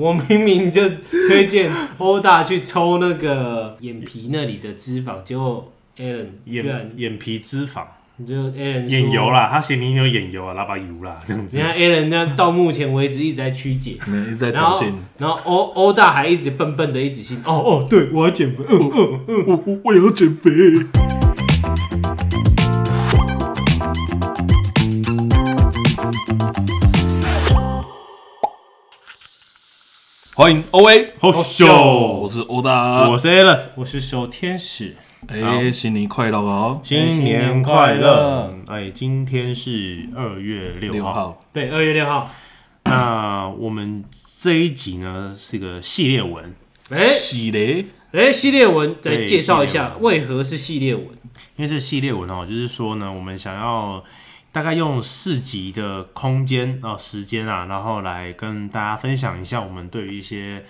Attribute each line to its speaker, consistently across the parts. Speaker 1: 我明明就推荐 Oda 去抽那个眼皮那里的脂肪，结果 Alan 居然
Speaker 2: 眼眼皮脂肪、
Speaker 1: 你就 Alan
Speaker 2: 眼油
Speaker 1: 了。
Speaker 2: 啦，他嫌你有眼油啊，喇叭油啦，这样
Speaker 1: 你
Speaker 2: 子。
Speaker 1: 看 Alan 那到目前为止一直在曲解，
Speaker 2: 嗯
Speaker 3: 没在
Speaker 1: 然
Speaker 3: 挑
Speaker 1: 后
Speaker 3: 衅。
Speaker 1: 然后欧欧大还一直笨笨的一直信哦哦，对我要减肥，嗯嗯嗯，
Speaker 2: 哦
Speaker 3: 我我我也要减肥。欢迎 O A，
Speaker 2: 好呃
Speaker 3: 我
Speaker 2: 秀，
Speaker 3: 是欧大，
Speaker 2: 哦我是 a l
Speaker 1: 我是守天使，
Speaker 3: 哎、新年快乐哦，
Speaker 2: 新
Speaker 1: 年
Speaker 2: 年
Speaker 1: 快
Speaker 2: 快
Speaker 1: 乐
Speaker 2: 乐！哎，今天是二月六
Speaker 3: 六
Speaker 2: 号。
Speaker 3: 号，
Speaker 1: 对，二月六号，
Speaker 2: 那我们这一集呢是个系列文，
Speaker 1: 哎
Speaker 3: 喜嘞，
Speaker 1: 哎，系列文再
Speaker 2: 对
Speaker 1: 介绍一
Speaker 2: 系列
Speaker 1: 下为何是系列文，
Speaker 2: 因为这系列文哦，就是说呢，我们想要大概用四集的空间啊、时间啊，然后来跟大家分享一下我们对于一些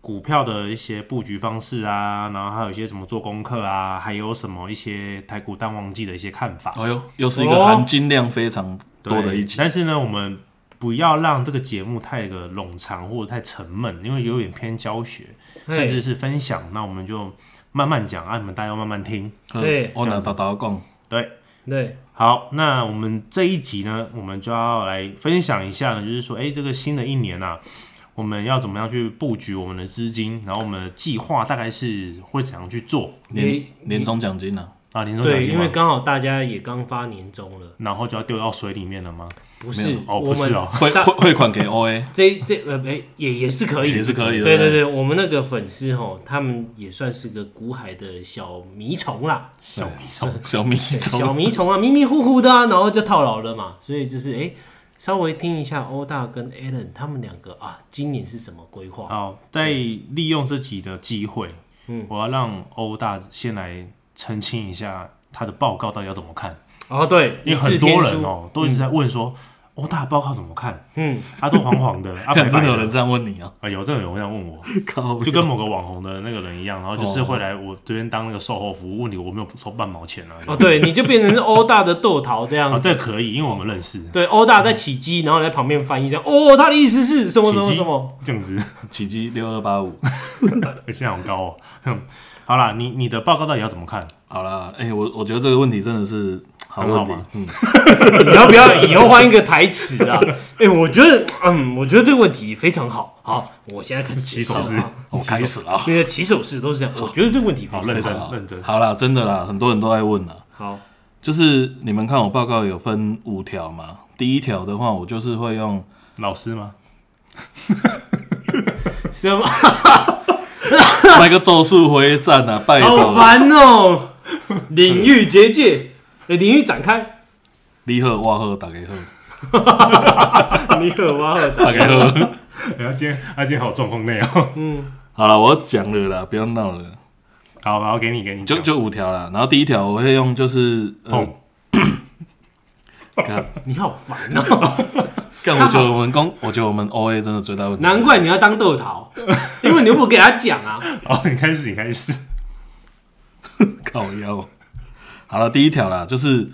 Speaker 2: 股票的一些布局方式啊，然后还有一些什么做功课啊，还有什么一些台股淡旺季的一些看法。
Speaker 3: 哎呦，又是一个含金量非常多的一集，
Speaker 2: 对但是呢，我们不要让这个节目太个冗长或者太沉闷，因为有点偏教学，
Speaker 1: 嘿
Speaker 2: 甚至是分享。那我们就慢慢讲啊，你们大家要慢慢听。
Speaker 3: 嗯
Speaker 1: 对
Speaker 3: 我拿大大讲，
Speaker 2: 对，
Speaker 1: 对，
Speaker 2: 好，那我们这一集呢，我们就要来分享一下呢，就是说，哎、这个新的一年啊，我们要怎么样去布局我们的资金，然后我们的计划大概是会怎样去做
Speaker 3: 年
Speaker 1: 你
Speaker 3: 年终奖金呢、
Speaker 2: 啊？您说
Speaker 1: 对，因为
Speaker 2: 刚
Speaker 1: 刚好大家也刚发年终了，
Speaker 2: 然后就要丢到水里面了吗？
Speaker 1: 不是
Speaker 2: 哦，
Speaker 1: 我
Speaker 2: 不是
Speaker 1: 们
Speaker 2: 哦，
Speaker 3: 啊，汇汇汇款给 O A，
Speaker 1: 这这呃哎也也是可以，
Speaker 3: 也是可以的
Speaker 1: 对对
Speaker 3: 对
Speaker 1: 对，我们那个粉丝吼，他们也算是个股海的小迷虫啦，
Speaker 2: 小米 虫
Speaker 3: 小米
Speaker 1: 对
Speaker 3: 粥，
Speaker 1: 小迷虫啊，迷迷糊糊的、啊，然后就套牢了嘛。所以就是哎、稍微听一下欧大跟 Alan 他们两个啊，今年是怎么规划？
Speaker 2: 好，在利用自己的机会，
Speaker 1: 嗯
Speaker 2: 我要让欧大先来澄清一下他的报告到底要怎么看，
Speaker 1: 哦，对，
Speaker 2: 因为
Speaker 1: 一字
Speaker 2: 很
Speaker 1: 天
Speaker 2: 多人
Speaker 1: 书，
Speaker 2: 哦、都一直在问说，欧、大报告怎么看？
Speaker 1: 嗯，
Speaker 2: 他、都黄 黄的，啊，白
Speaker 3: 看
Speaker 2: 白
Speaker 3: 真的有人这样问你啊？
Speaker 2: 啊，有真的有人这样问我，
Speaker 3: 靠
Speaker 2: 就跟某个网红的那个人一样，然后就是
Speaker 3: 哦
Speaker 2: 会来我这边当那个售后服务，问你我没有收半毛钱啊。
Speaker 1: 哦，对，你就变成是欧大的豆桃这
Speaker 2: 啊，
Speaker 1: 样子。
Speaker 2: 这可以，因为我们认识，
Speaker 1: 对，欧大在起鸡，然后在旁边翻译这样。哦，他的意思是什么什么
Speaker 2: 起鸡
Speaker 1: 什么？
Speaker 2: 这样子
Speaker 3: 奇迹六二八五。
Speaker 2: 现在很高哦。哼好啦，你你的报告到底要怎么看？
Speaker 3: 好啦，哎、我我觉得这个问题真的是好问题
Speaker 2: 很好吗，
Speaker 3: 嗯，
Speaker 1: 你要不要以后换一个台词啊？哎、我觉得，嗯，我觉得这个问题非常好。好，我现在开始解
Speaker 2: 起手
Speaker 1: 释
Speaker 2: 式
Speaker 1: 了啊。
Speaker 3: 我开始 了啊，
Speaker 1: 那个起手式都是这样，我觉得这个问题非
Speaker 2: 好
Speaker 1: 常
Speaker 2: 认真
Speaker 3: 好啊
Speaker 2: 认真，
Speaker 3: 好啦，真的啦，很多人都在问啊啦，
Speaker 1: 好。
Speaker 3: 就是你们看我报告有分五条嘛，第一条的话，我就是会用
Speaker 2: 老师吗？
Speaker 1: 什么？
Speaker 3: 那个咒术回战 啊，拜
Speaker 1: 好
Speaker 3: 托，
Speaker 1: 烦哦！领域结界，呃领域展开。
Speaker 3: 你好，我好，大家好，
Speaker 1: 你好，我好。
Speaker 3: 大家好。
Speaker 2: 哎他今天他今天好状况内哦。
Speaker 3: 好了，我讲了啦，不要闹了，
Speaker 2: 好，好，给你给你
Speaker 3: 就
Speaker 2: 讲
Speaker 3: 就五条啦。然后第一条我会用就是，呃
Speaker 2: 痛，
Speaker 3: 干
Speaker 1: 你好烦哦！
Speaker 3: 干，我觉得我们公，我觉得我们 O A 真的最大问题。
Speaker 1: 难怪你要当豆桃，因为你又不给他讲啊。
Speaker 2: 好，你开始你开始。
Speaker 3: 靠腰。好了，第一条啦，就是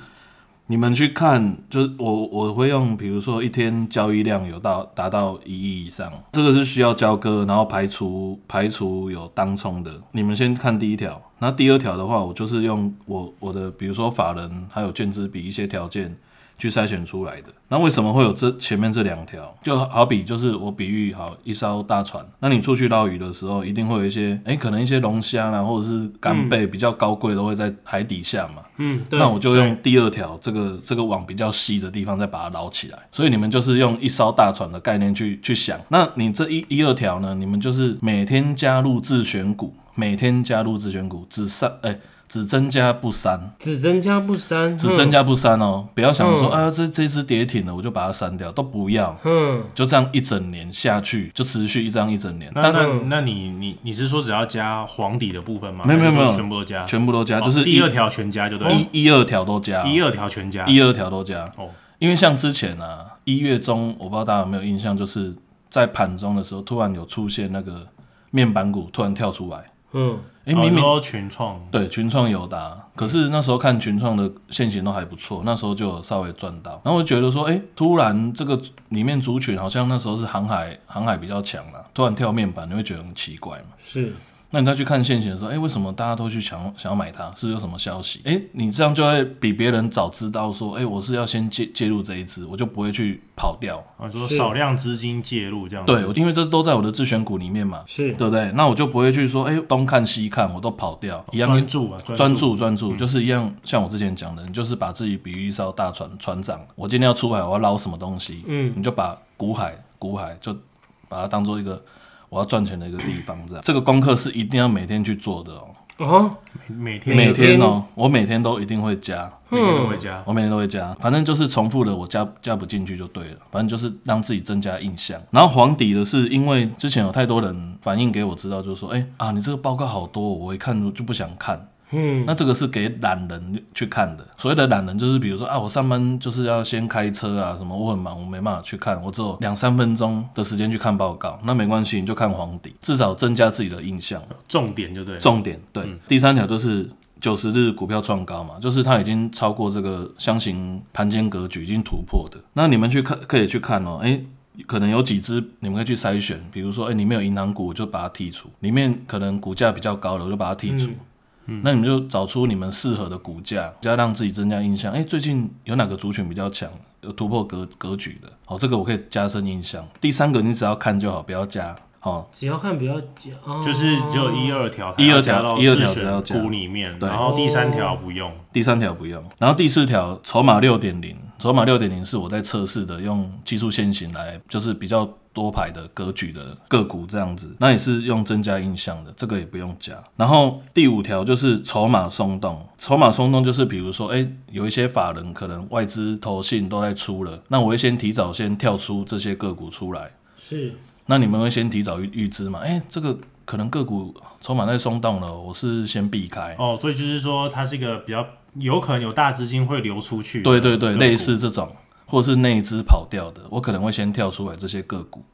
Speaker 3: 你们去看，就是我我会用，比如说一天交易量有到达到一亿以上，这个是需要交割，然后排除排除有当冲的。你们先看第一条，那第二条的话，我就是用我我的比如说法人还有券资比一些条件。去筛选出来的。那为什么会有这前面这两条？就好比就是我比喻好一艘大船，那你出去捞鱼的时候，一定会有一些，诶，可能一些龙虾啦，或者是干贝比较高贵的，都会在海底下嘛。
Speaker 1: 嗯，对
Speaker 3: 那。我就用第二条这个这个网比较细的地方再把它捞起来。所以你们就是用一艘大船的概念去去想。那你这一一二条呢？你们就是每天加入自选股，每天加入自选股，只删哎、只增加不删。
Speaker 1: 只增加不删，
Speaker 3: 只增加不删哦，不要想说、
Speaker 1: 嗯
Speaker 3: 啊，这这只跌停了，我就把它删掉，都不要，
Speaker 1: 嗯。嗯，
Speaker 3: 就这样一整年下去，就持续一张一整年，
Speaker 2: 那
Speaker 3: 但
Speaker 2: 那那你你你是说只要加黄底的部分吗？
Speaker 3: 没有没有
Speaker 2: 还是说
Speaker 3: 没有
Speaker 2: 全部都加，
Speaker 3: 全部都加，
Speaker 2: 哦
Speaker 3: 就是
Speaker 2: 第二
Speaker 3: 一
Speaker 2: 条全加就对了，
Speaker 3: 一一二条都加，
Speaker 2: 一二条全加。
Speaker 3: 一二条都加。
Speaker 2: 哦，
Speaker 3: 因为像之前啊，一月中，我不知道大家有没有印象，就是在盘中的时候，突然有出现那个面板股突然跳出来，
Speaker 1: 嗯，
Speaker 3: 哎、
Speaker 2: 哦
Speaker 3: 明
Speaker 2: 你
Speaker 3: 明
Speaker 2: 说群创，
Speaker 3: 对群创有达，可是那时候看群创的现行都还不错，那时候就有稍微赚到，然后我就觉得说，哎、突然这个里面族群好像那时候是航海航海比较强嘛，突然跳面板，你会觉得很奇怪嘛？
Speaker 1: 是
Speaker 3: 那你再去看现行的时候，哎、为什么大家都去想想要买它？是有什么消息？哎、你这样就会比别人早知道说，哎、我是要先介介入这一支，我就不会去跑掉。
Speaker 2: 啊，你说
Speaker 1: 是
Speaker 2: 少量资金介入这样子，
Speaker 3: 对，我因为这都在我的自选股里面嘛，
Speaker 1: 是，
Speaker 3: 对不对？那我就不会去说，哎、东看西看，我都跑掉，一样
Speaker 2: 专注啊，
Speaker 3: 专注专注，就是一样，像我之前讲的，你就是把自己比喻一艘大船船长。我今天要出海，我要捞什么东西，
Speaker 1: 嗯，
Speaker 3: 你就把股海股海就把它当做一个我要赚钱的一个地方，这样。这个功课是一定要每天去做的哦，
Speaker 1: 哦，
Speaker 2: 每每天
Speaker 3: 每
Speaker 1: 天
Speaker 3: 天哦，我每天都一定会加，
Speaker 2: 每天
Speaker 1: 嗯
Speaker 2: 都回家，
Speaker 3: 我每天都会加，反正就是重复的，我加加不进去就对了，反正就是让自己增加印象。然后黄底的是因为之前有太多人反映给我知道，就是说，哎、啊，你这个报告好多哦，我一看就不想看。
Speaker 1: 嗯，
Speaker 3: 那这个是给懒人去看的。所谓的懒人，就是比如说啊，我上班就是要先开车啊，什么我很忙，我没办法去看，我只有两三分钟的时间去看报告，那没关系，你就看黄底，至少增加自己的印象。
Speaker 2: 重点就对了，
Speaker 3: 重点对，第三条就是九十日股票创高嘛，就是它已经超过这个箱型盘间格局，已经突破的。那你们去看，可以去看哦，诶。可能有几只你们可以去筛选，比如说，诶，里面有银行股，我就把它剔除；里面可能股价比较高的，我就把它剔除。那你们就找出你们适合的股价，加让自己增加印象。诶，最近有哪个族群比较强，有突破格格局的？好，这个我可以加深印象。第三个，你只要看就好，不要加。好，
Speaker 1: 只要看比较简，哦
Speaker 2: 就是只有一二条，
Speaker 3: 一二条
Speaker 2: 条到
Speaker 3: 一二条
Speaker 2: 自
Speaker 3: 只要
Speaker 2: 选
Speaker 3: 加
Speaker 2: 股里面，
Speaker 3: 对
Speaker 2: 然后第三
Speaker 1: 哦
Speaker 2: 条不用，
Speaker 3: 第三条不用，然后第四条筹码六点零，筹码六点零是我在测试的，用技术线型来就是比较多排的格局的个股这样子，那也是用增加印象的，这个也不用加。然后第五条就是筹码松动，筹码松动就是比如说，哎、有一些法人可能外资、投信都在出了，那我会先提早先跳出这些个股出来，
Speaker 1: 是
Speaker 3: 那你们会先提早预预知嘛？哎、这个可能个股筹码在松动了，我是先避开。
Speaker 2: 哦，所以就是说它是一个比较有可能有大资金会流出
Speaker 1: 啊
Speaker 2: 去的个股，
Speaker 3: 对对对，类似这种，或者是内资跑掉的，我可能会先跳出来这些个股。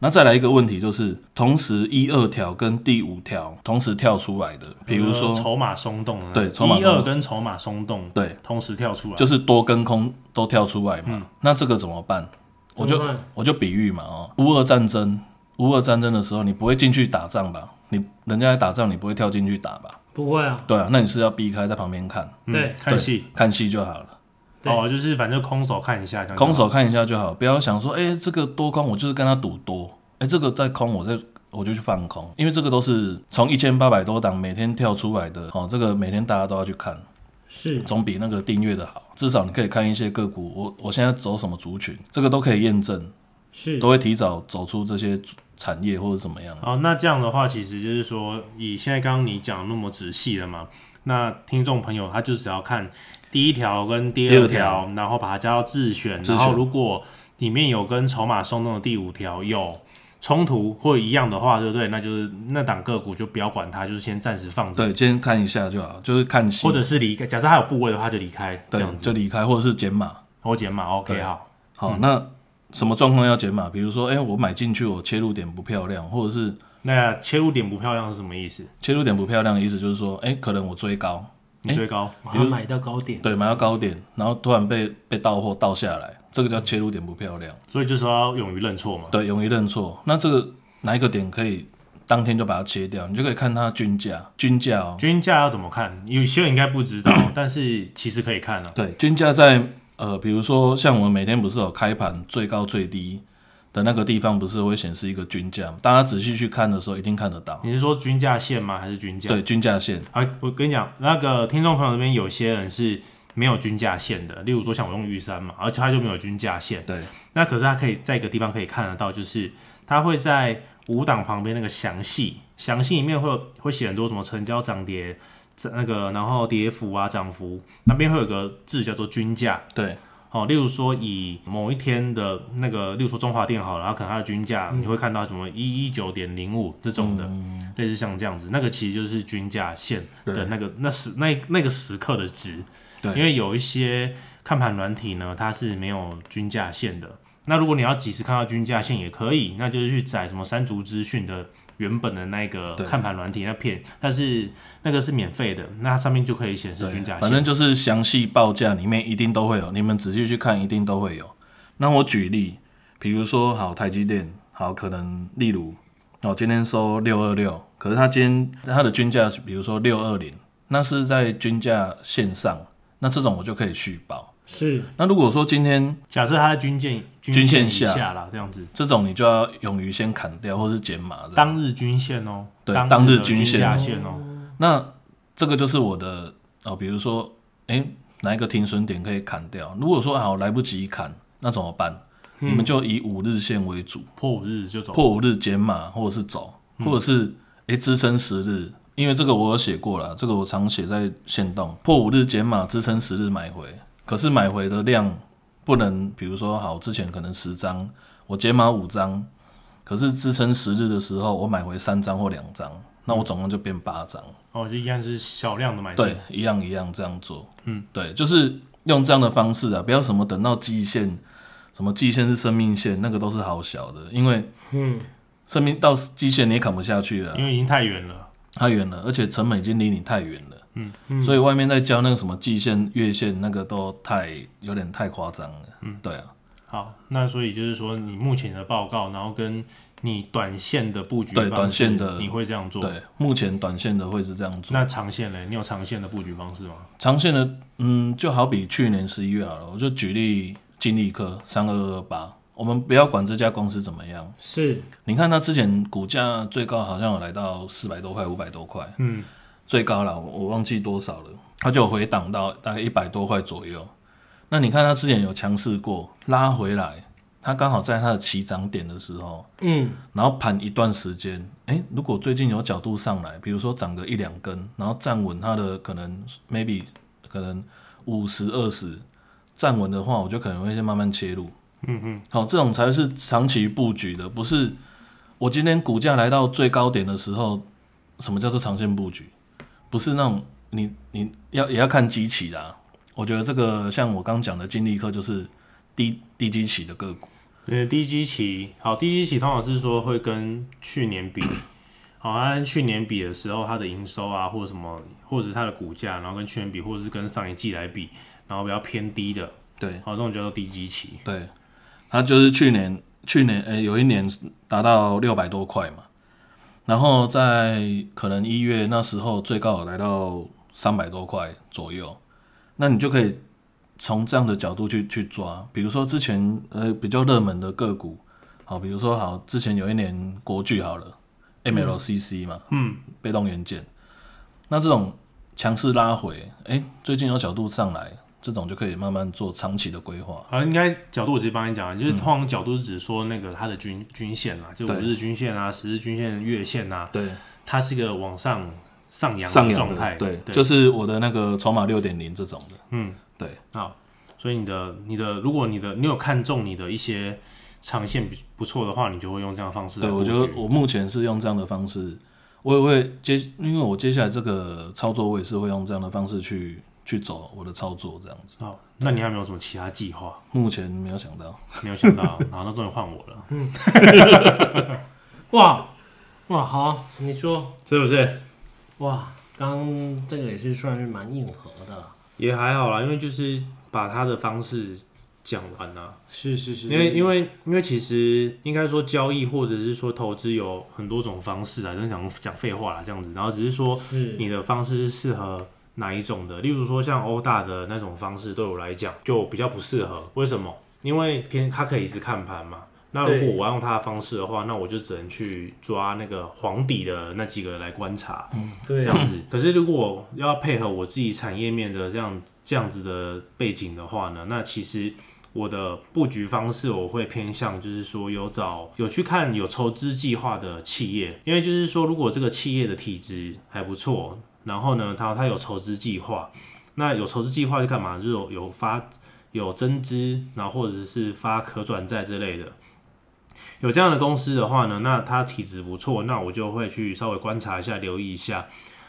Speaker 3: 那再来一个问题就是，同时一二条跟第五条同时跳出来
Speaker 1: 嗯
Speaker 3: 的，比如
Speaker 2: 呃
Speaker 3: 说，
Speaker 2: 筹码松动的那种，
Speaker 3: 对筹码
Speaker 2: 一
Speaker 3: 松动
Speaker 2: 二跟筹码松动
Speaker 3: 对，
Speaker 2: 同时跳出来，
Speaker 3: 就是多跟空都跳出来嘛，那这个怎么办？我就
Speaker 1: 嗯怎么办
Speaker 3: 我就比喻嘛，哦，乌俄战争，乌俄战争的时候，你不会进去打仗吧？你人家在打仗，你不会跳进去打吧？
Speaker 1: 不会啊，
Speaker 3: 对啊，那你是要避开在旁边看，
Speaker 2: 嗯
Speaker 1: 对
Speaker 2: 看戏
Speaker 3: 看戏就好了。
Speaker 1: 对
Speaker 2: 哦，就是反正空手看一下，这样就好
Speaker 3: 空手看一下就好，不要想说，哎、这个多空我就是跟他赌多，哎、这个在空我在我就去放空，因为这个都是从一千八百多档每天跳出来的，哦，这个每天大家都要去看，
Speaker 1: 是
Speaker 3: 总比那个订阅的好，至少你可以看一些个股，我我现在走什么族群，这个都可以验证，
Speaker 1: 是
Speaker 3: 都会提早走出这些产业或者怎么样。
Speaker 2: 好，那这样的话，其实就是说，以现在刚刚你讲那么仔细了嘛，那听众朋友他就只要看第一条跟第
Speaker 3: 第
Speaker 2: 二
Speaker 3: 二
Speaker 2: 条，然后把它加到自选，
Speaker 3: 自
Speaker 2: 然后
Speaker 3: 选
Speaker 2: 如果里面有跟筹码松动的第五条有冲突或一样的话，对不对？那就是那档个股就不要管它，就是先暂时放着，
Speaker 3: 对，今天看一下就好，就是看戏，
Speaker 2: 或者是离开。假设它有部位的话，就离开这
Speaker 3: 对
Speaker 2: 样子，嗯
Speaker 3: 就离开，或者是减码。
Speaker 2: 我减码 OK
Speaker 3: 对
Speaker 2: 好，
Speaker 3: 好，那什么状况要减码？比如说，哎、我买进去我切入点不漂亮，或者是
Speaker 2: 那切入点不漂亮是什么意思？
Speaker 3: 切入点不漂亮的意思就是说，哎、可能我追高，
Speaker 2: 你追高，
Speaker 1: 马上买到高点，
Speaker 3: 对，买到高点，然后突然被被到货倒下来，这个叫切入点不漂亮。
Speaker 2: 所以就是要勇于认错嘛。
Speaker 3: 对，勇于认错。那这个哪一个点可以当天就把它切掉？你就可以看它的均价，均价哦，
Speaker 2: 均价要怎么看？有些人应该不知道，但是其实可以看啊。
Speaker 3: 对，均价在呃，比如说像我们每天不是有开盘最高最低的那个地方，不是会显示一个均价吗？大家仔细去看的时候，一定看得到。
Speaker 2: 你是说均价线吗？还是均价？
Speaker 3: 对，均价线，
Speaker 2: 啊，我跟你讲，那个听众朋友那边有些人是没有均价线的，例如说像我用玉山嘛，而且它就没有均价线。
Speaker 3: 对，
Speaker 2: 那可是它可以在一个地方可以看得到，就是它会在五档旁边那个详细，详细里面会有会写很多什么成交涨跌，那个然后跌幅啊涨幅，那边会有个字叫做均价。
Speaker 3: 对，
Speaker 2: 哦，例如说以某一天的那个，例如说中华电好了，然后可能它的均价、
Speaker 3: 嗯
Speaker 2: 你会看到什么一一九点零五这种的，类似像这样子，那个其实就是均价线的
Speaker 3: 对
Speaker 2: 那个那时那那个时刻的值，
Speaker 3: 对
Speaker 2: 因为有一些看盘软体呢，它是没有均价线的。那如果你要及时看到均价线也可以，那就是去载什么三足资讯的原本的那个
Speaker 3: 对
Speaker 2: 看盘软体那片，但是那个是免费的，那它上面就可以显示均价
Speaker 3: 对，
Speaker 2: 线。
Speaker 3: 反正就是详细报价里面一定都会有，你们仔细去看一定都会有。那我举例，比如说好台积电，好可能例如哦今天收六二六，可是它今天它的均价是比如说六二零，那是在均价线上，那这种我就可以续报。
Speaker 1: 是
Speaker 3: 那如果说今天
Speaker 2: 假设它在均线
Speaker 3: 均线
Speaker 2: 线以
Speaker 3: 下
Speaker 2: 下啦，这样子，
Speaker 3: 这种你就要勇于先砍掉或是减码这样。
Speaker 2: 当日均线哦，
Speaker 3: 对
Speaker 2: 当
Speaker 3: 当日
Speaker 2: 的
Speaker 3: 均
Speaker 2: 均
Speaker 3: 线
Speaker 2: 价线哦，
Speaker 3: 那这个就是我的哦，比如说，诶，哪一个停损点可以砍掉？如果说好来不及砍，那怎么办？你们就以五日线为主，
Speaker 2: 破五日就走。
Speaker 3: 破五日减码，或者是走，或者是诶支撑十日，因为这个我有写过了，这个我常写在线动，破五日减码，支撑十日买回，可是买回的量不能，比如说好之前可能十张，我减码五张，可是支撑十日的时候，我买回三张或两张，那我总共就变八张。
Speaker 2: 哦，就一样是小量的买进
Speaker 3: 对，，一样一样这样做。嗯，对，就是用这样的方式啊，不要什么等到季线，什么季线是生命线，那个都是好小的，因为
Speaker 1: 嗯
Speaker 3: 生命到季线你也砍不下去了啊，
Speaker 2: 因为已经太远了。
Speaker 3: 太远了，而且成本已经离你太远了。嗯嗯，所以外面在教那个什么季线、月线，那个都太有点太夸张了。嗯，对啊，
Speaker 2: 好，那所以就是说，你目前的报告，然后跟你短线的布局
Speaker 3: 对
Speaker 2: 方式
Speaker 3: 短线的
Speaker 2: 你会这样做。
Speaker 3: 对，目前短线的会是这样做。
Speaker 2: 那长线嘞，你有长线的布局方式吗？
Speaker 3: 长线的，嗯，就好比去年十一月好了，我就举例金利科三二二八，我们不要管这家公司怎么样。
Speaker 1: 是
Speaker 3: 你看它之前股价最高好像有来到四百多块、五百多块，
Speaker 2: 嗯，
Speaker 3: 最高了，我我忘记多少了，它就有回档到大概一百多块左右。那你看它之前有强势过，拉回来，它刚好在它的起涨点的时候，
Speaker 1: 嗯
Speaker 3: 然后盘一段时间，诶、如果最近有角度上来，比如说涨个一两根，然后站稳它的可能 maybe 可能五十二十站稳的话，我就可能会先慢慢切入。嗯嗯，好，这种才是长期布局的，不是我今天股价来到最高点的时候，什么叫做长线布局？不是那种你你要也要看机器的、啊。我觉得这个像我刚讲的金利科就是低低基期的个股，
Speaker 2: 呃，低基期，好，低基期通常是说会跟去年比，好，它跟去年比的时候，它的营收啊，或者什么，或者是它的股价，然后跟去年比，或者是跟上一季来比，然后比较偏低的，
Speaker 3: 对，
Speaker 2: 好，这种叫做低基期。
Speaker 3: 对，它就是去年去年诶、有一年达到六百多块嘛，然后在可能一月那时候最高有来到三百多块左右，那你就可以从这样的角度去去抓，比如说之前呃比较热门的个股，好，比如说好之前有一年国巨好了，MLCC 嘛，嗯，被动元件，那这种强势拉回，诶、最近有角度上来。这种就可以慢慢做长期的规划，
Speaker 2: 好，应该角度我直接帮你讲了，就是通常角度是指说那个它的均均线啊，就五
Speaker 3: 嗯对
Speaker 2: 日均线啊、十日均线、月线啊，
Speaker 3: 对，
Speaker 2: 它是一个往上上扬
Speaker 3: 上
Speaker 2: 的
Speaker 3: 扬
Speaker 2: 状
Speaker 3: 的
Speaker 2: 态，
Speaker 3: 对，
Speaker 2: 对，
Speaker 3: 就是我的那个筹码六点零这种的，
Speaker 2: 嗯，
Speaker 3: 对，
Speaker 2: 好，所以你的你的如果你的你有看中你的一些长线不不错的话，你就会用这样的方式来
Speaker 3: 对
Speaker 2: 啊布
Speaker 3: 我
Speaker 2: 局。
Speaker 3: 觉得我目前是用这样的方式，我也会接，因为我接下来这个操作我也是会用这样的方式去去走我的操作这样子，
Speaker 2: 好，那你还没有什么其他计划？
Speaker 3: 目前没有想到，
Speaker 2: 没有想到，然后那终于换我了，
Speaker 1: 哇哇好，你说
Speaker 2: 是不是？
Speaker 1: 哇，刚这个也是算是蛮硬核的啦，
Speaker 2: 也还好啦，因为就是把他的方式讲完了、
Speaker 1: 是是是，
Speaker 2: 因为因为因为其实应该说交易或者是说投资有很多种方式啊，真的讲讲废话啦这样子，然后只是说
Speaker 1: 是
Speaker 2: 你的方式是适合哪一种的，例如说像欧大的那种方式，对我来讲就比较不适合，为什么？因为偏它可以一直看盘嘛。那如
Speaker 1: 对
Speaker 2: 果我要用它的方式的话，那我就只能去抓那个黄底的那几个来观察。
Speaker 1: 对啊
Speaker 2: 这样子。 可是如果要配合我自己产业面的这样这样子的背景的话呢，那其实我的布局方式我会偏向就是说有找有去看有筹资计划的企业，因为就是说如果这个企业的体质还不错，然后呢它它有筹资计划，那有筹资计划是干嘛？就是有有发有增资，然后或者是发可转债之类的。有这样的公司的话呢，那它体质不错，那我就会去稍微观察一下、留意一下，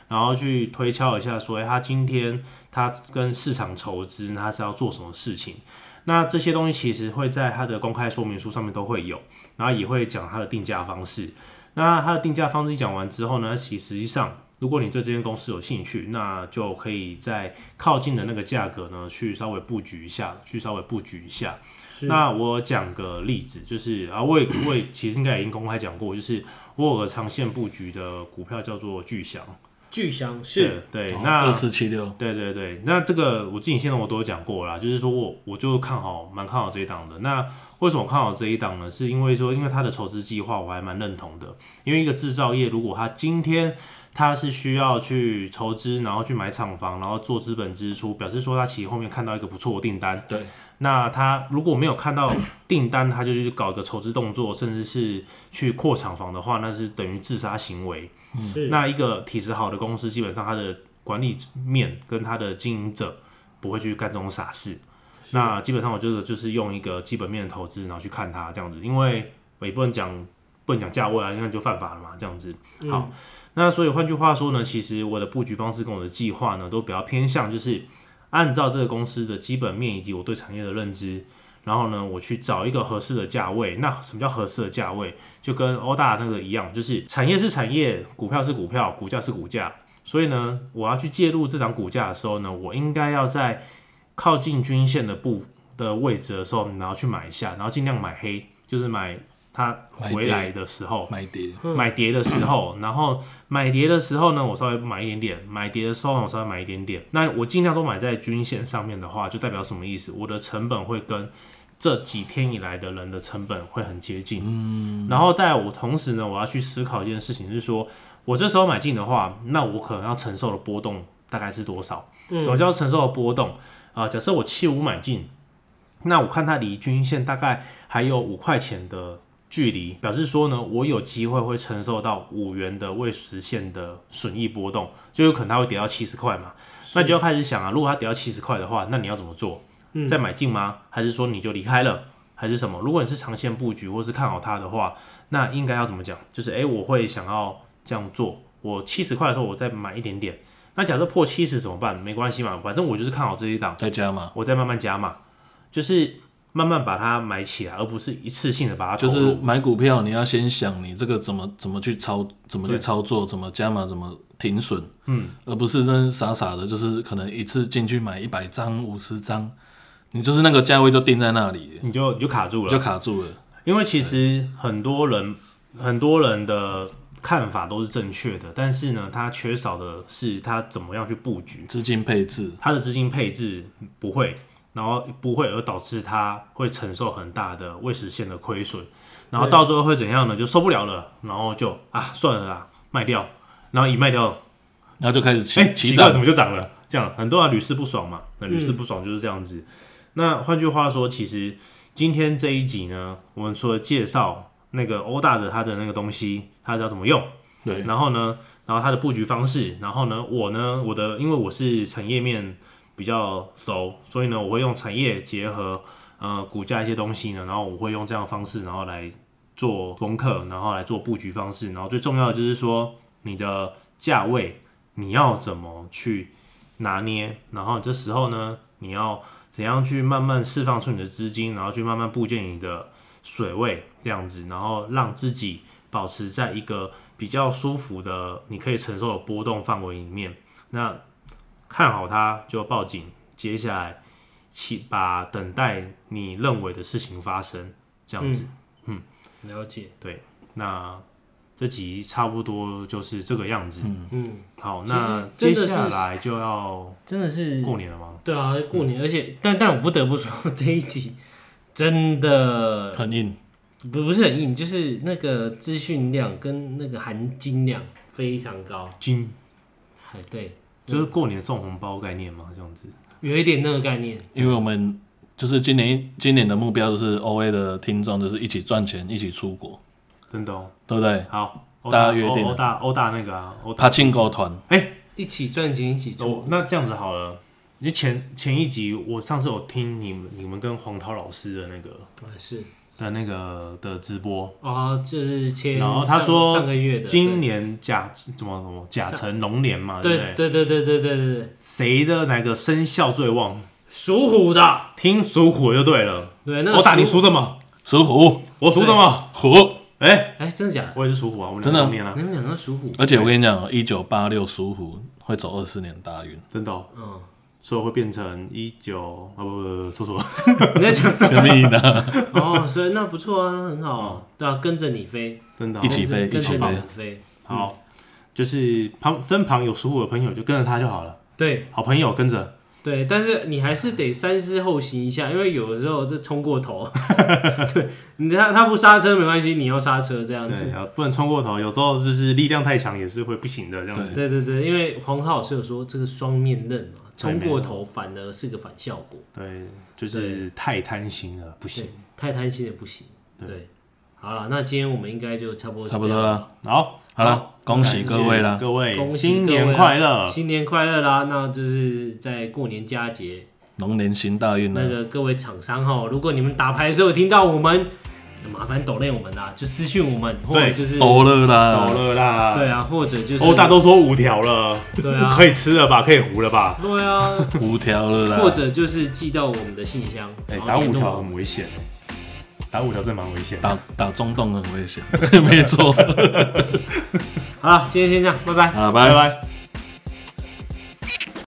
Speaker 2: 然后去推哎敲一下说，诶它今天它跟市场筹资，它是要做什么事情。那这些东西其实会在它的公开说明书上面都会有，然后也会讲它的定价方式。那它的定价方式讲完之后呢，其实实际上如果你对这间公司有兴趣，那就可以在靠近的那个价格呢去稍微布局一下，去稍微布局一下。
Speaker 1: 是
Speaker 2: 那我讲个例子，就是啊，我也我也其实应该已经公开讲过，就是我有个长线布局的股票叫做巨翔，
Speaker 1: 巨翔是
Speaker 2: 对，对那
Speaker 3: 哦二四七六，
Speaker 2: 对对对，那这个我自己现在我都有讲过啦，就是说我我就看好蛮看好这一档的。那为什么看好这一档呢？是因为说因为它的筹资计划我还蛮认同的，因为一个制造业如果它今天它是需要去筹资，然后去买厂房，然后做资本支出，表示说它其实后面看到一个不错的订单，
Speaker 3: 对，
Speaker 2: 那他如果没有看到订单，他就去搞一个筹资动作，甚至是去扩厂房的话，那是等于自杀行为。
Speaker 1: 是
Speaker 2: 嗯那一个体质好的公司，基本上它的管理面跟它的经营者不会去干这种傻事。那基本上我觉得就是用一个基本面的投资，然后去看它这样子，因为也不能讲不能讲价位啊，因为就犯法了嘛，这样子。
Speaker 1: 嗯
Speaker 2: 好，那所以换句话说呢，其实我的布局方式跟我的计划呢，都比较偏向就是按照这个公司的基本面以及我对产业的认知。然后呢，我去找一个合适的价位。那什么叫合适的价位？就跟欧大那个一样，就是产业是产业，股票是股票，股价是股价。所以呢，我要去介入这档股价的时候呢，我应该要在靠近均线的部的位置的时候，然后去买一下，然后尽量买黑，就是买它回来的时候。
Speaker 3: 买跌，
Speaker 2: 买碟的时候，然后买碟的时候呢，我稍微买一点点；买碟的时候呢，我稍微买一点点。那我尽量都买在均线上面的话，就代表什么意思？我的成本会跟这几天以来的人的成本会很接近。嗯，然后在我同时呢，我要去思考一件事情，是说我这时候买进的话，那我可能要承受的波动大概是多少？什么叫承受的波动？啊、假设我七五买进，那我看它离均线大概还有五块钱的距离，表示说呢，我有机会会承受到五元的未实现的损益波动，就有可能它会跌到七十块嘛。那你就要开始想啊，如果它跌到七十块的话，那你要怎么做？
Speaker 3: 嗯
Speaker 2: 再买进吗？还是说你就离开了？还是什么？如果你是长线布局或是看好它的话，那应该要怎么讲？就是诶、我会想要这样做。我七十块的时候，我再买一点点。那假设破七十怎么办？没关系嘛，反正我就是看好这一档。
Speaker 3: 再加嘛，
Speaker 2: 我再慢慢加嘛，就是慢慢把它买起来，而不是一次性的把啊它投
Speaker 3: 就
Speaker 2: 入
Speaker 3: 是买股票你要先想你这个怎么怎么去操怎么去操作，怎么加码，怎么停损，嗯，而不是真傻傻的，就是可能一次进去买一百张、五十张，你就是那个价位就定在那里，
Speaker 2: 你就你就卡住
Speaker 3: 就
Speaker 2: 了，
Speaker 3: 卡住了。
Speaker 2: 因为其实很多人很多人的看法都是正确的，但是呢，他缺少的是他怎么样去布局，
Speaker 3: 资金配置，
Speaker 2: 他的资金配置不会，然后不会而导致他会承受很大的未实现的亏损，然后到最后会怎样呢？就受不了了，然后就啊算了啦，卖掉，然后一卖掉
Speaker 3: 然后就开始起
Speaker 2: 哎、
Speaker 3: 起
Speaker 2: 奇怪，
Speaker 3: 涨嗯
Speaker 2: 怎，么就涨了？这样很多啊人屡试不爽嘛，那屡试不爽就是这样子。那换句话说，其实今天这一集呢，我们除了介绍那个欧大的它的那个东西，它要怎么用，
Speaker 3: 对，
Speaker 2: 然后呢，然后它的布局方式，然后呢，我呢，我的因为我是产业面比较熟，所以呢，我会用产业结合呃股价一些东西呢，然后我会用这样的方式，然后来做功课，然后来做布局方式，然后最重要的就是说你的价位你要怎么去拿捏，然后这时候呢，你要怎样去慢慢释放出你的资金，然后去慢慢布建你的水位这样子，然后让自己保持在一个比较舒服的你可以承受的波动范围里面。那看好它就报警，接下来期把等待你认为的事情发生这样子。
Speaker 1: 嗯了解，
Speaker 2: 那这集差不多就是这个样子。
Speaker 1: 嗯，
Speaker 2: 好，
Speaker 1: 其实
Speaker 2: 那
Speaker 1: 真
Speaker 2: 接
Speaker 1: 的是
Speaker 2: 下来就要
Speaker 1: 真的是
Speaker 2: 过年了吗？
Speaker 1: 对啊，过年，而且但但我不得不说这一集真的
Speaker 3: 很硬，
Speaker 1: 不不是很硬，就是那个资讯量跟那个含金量非常高，
Speaker 2: 金
Speaker 1: 哎，对，
Speaker 2: 就是过年送红包概念嘛，这样子。
Speaker 1: 有一点那个概念，
Speaker 3: 因为我们就是今年今年的目标就是 O A 的听众就是一起赚钱，一起出国，
Speaker 2: 真的哦，
Speaker 3: 对不对？
Speaker 2: 好，欧
Speaker 3: 大家
Speaker 2: 欧
Speaker 3: 约定了啊
Speaker 2: 欧大欧大那个啊，欧大
Speaker 3: 爬庆狗团，
Speaker 1: 一起赚钱一起出，
Speaker 2: 哦，那这样子好了，因为前前一集我上次有听你们你们跟黄涛老师的那个
Speaker 1: 啊是
Speaker 2: 的那个的直播，
Speaker 1: 啊，就是前
Speaker 2: 然后他
Speaker 1: 上
Speaker 2: 说
Speaker 1: 上个月的，
Speaker 2: 今年甲怎么怎么甲辰龙年嘛，对不
Speaker 1: 对
Speaker 2: 对？
Speaker 1: 对对对对对对对，
Speaker 2: 谁的哪个生肖最旺？
Speaker 1: 属虎的，
Speaker 2: 听属虎就对了。
Speaker 1: 对，那个
Speaker 2: 我打你
Speaker 1: 属
Speaker 2: 属什么？
Speaker 3: 属虎，
Speaker 2: 我属什么？
Speaker 3: 虎。
Speaker 2: 哎、
Speaker 1: 哎，真的假的？
Speaker 2: 我也是属虎啊，我们
Speaker 3: 真的
Speaker 2: 两年啊，
Speaker 1: 你们两个属虎，
Speaker 3: 而且我跟你讲，一九八六属虎会走二十年大运，
Speaker 2: 真的、哦，
Speaker 1: 嗯，
Speaker 2: 所以我会变成一九啊不不不，说错了，
Speaker 1: 你在 讲
Speaker 3: 什么意 思呢？
Speaker 1: 哦，所以那不错啊，那很好啊，对啊，跟着你飞，
Speaker 2: 真 的哦、
Speaker 3: 一起飞
Speaker 1: 跟
Speaker 3: 一
Speaker 1: 着
Speaker 3: 起
Speaker 1: 跟着你
Speaker 3: 飞
Speaker 1: 们飞，
Speaker 2: 好，
Speaker 1: 嗯
Speaker 2: 就是旁身旁有属虎的朋友就跟着他就好了，
Speaker 1: 对
Speaker 2: 好朋友跟着，
Speaker 1: 对，但是你还是得三思后行一下，因为有的时候这冲过头， 对你他他不刹车没关系，你要刹车这样
Speaker 2: 对，
Speaker 1: 子。
Speaker 2: 然后不能冲过头，有时候就是力量太强也是会不行的这样子。
Speaker 1: 对对对，因为黄浩老师有说这个双面刃嘛，
Speaker 2: 对
Speaker 1: 冲
Speaker 2: 没
Speaker 1: 过头反而是个反效果，
Speaker 2: 对，就是太贪心了，不行
Speaker 1: 对。，太贪心也不行。对，好了，那今天我们应该就差不多是
Speaker 3: 差不
Speaker 1: 这
Speaker 3: 多
Speaker 1: 样，
Speaker 3: 了，
Speaker 2: 好，
Speaker 3: 好了，恭喜
Speaker 2: 感谢
Speaker 3: 各位啦！
Speaker 2: 各位，
Speaker 1: 恭喜
Speaker 2: 新
Speaker 1: 各位啊
Speaker 2: 年快乐！
Speaker 1: 新年快乐啦！那就是在过年佳节，
Speaker 3: 龙年行大运啊
Speaker 1: 那
Speaker 3: 呢，
Speaker 1: 个各位厂商哈，如果你们打牌的时候有听到我们，麻烦抖内我们啦，就私讯我们，或者就是
Speaker 3: 欧了
Speaker 2: 好
Speaker 3: 啦，
Speaker 2: 了啦，哦
Speaker 1: 对啊，或者就是
Speaker 2: 欧大都说五条了，
Speaker 1: 对啊
Speaker 2: 可以吃了吧，可以糊了吧？
Speaker 1: 对 啊，
Speaker 3: 五条了啦，
Speaker 1: 或者就是寄到我们的信箱，
Speaker 2: 哎、
Speaker 1: 然后
Speaker 2: 打五
Speaker 1: 联络
Speaker 2: 条
Speaker 1: 我们
Speaker 2: 很危险，打五条真的蛮危险。
Speaker 3: 打打中洞很危险，没错。
Speaker 1: 好了，今天先这样，拜拜。
Speaker 3: 好，
Speaker 2: 拜
Speaker 3: 拜拜。
Speaker 2: 拜。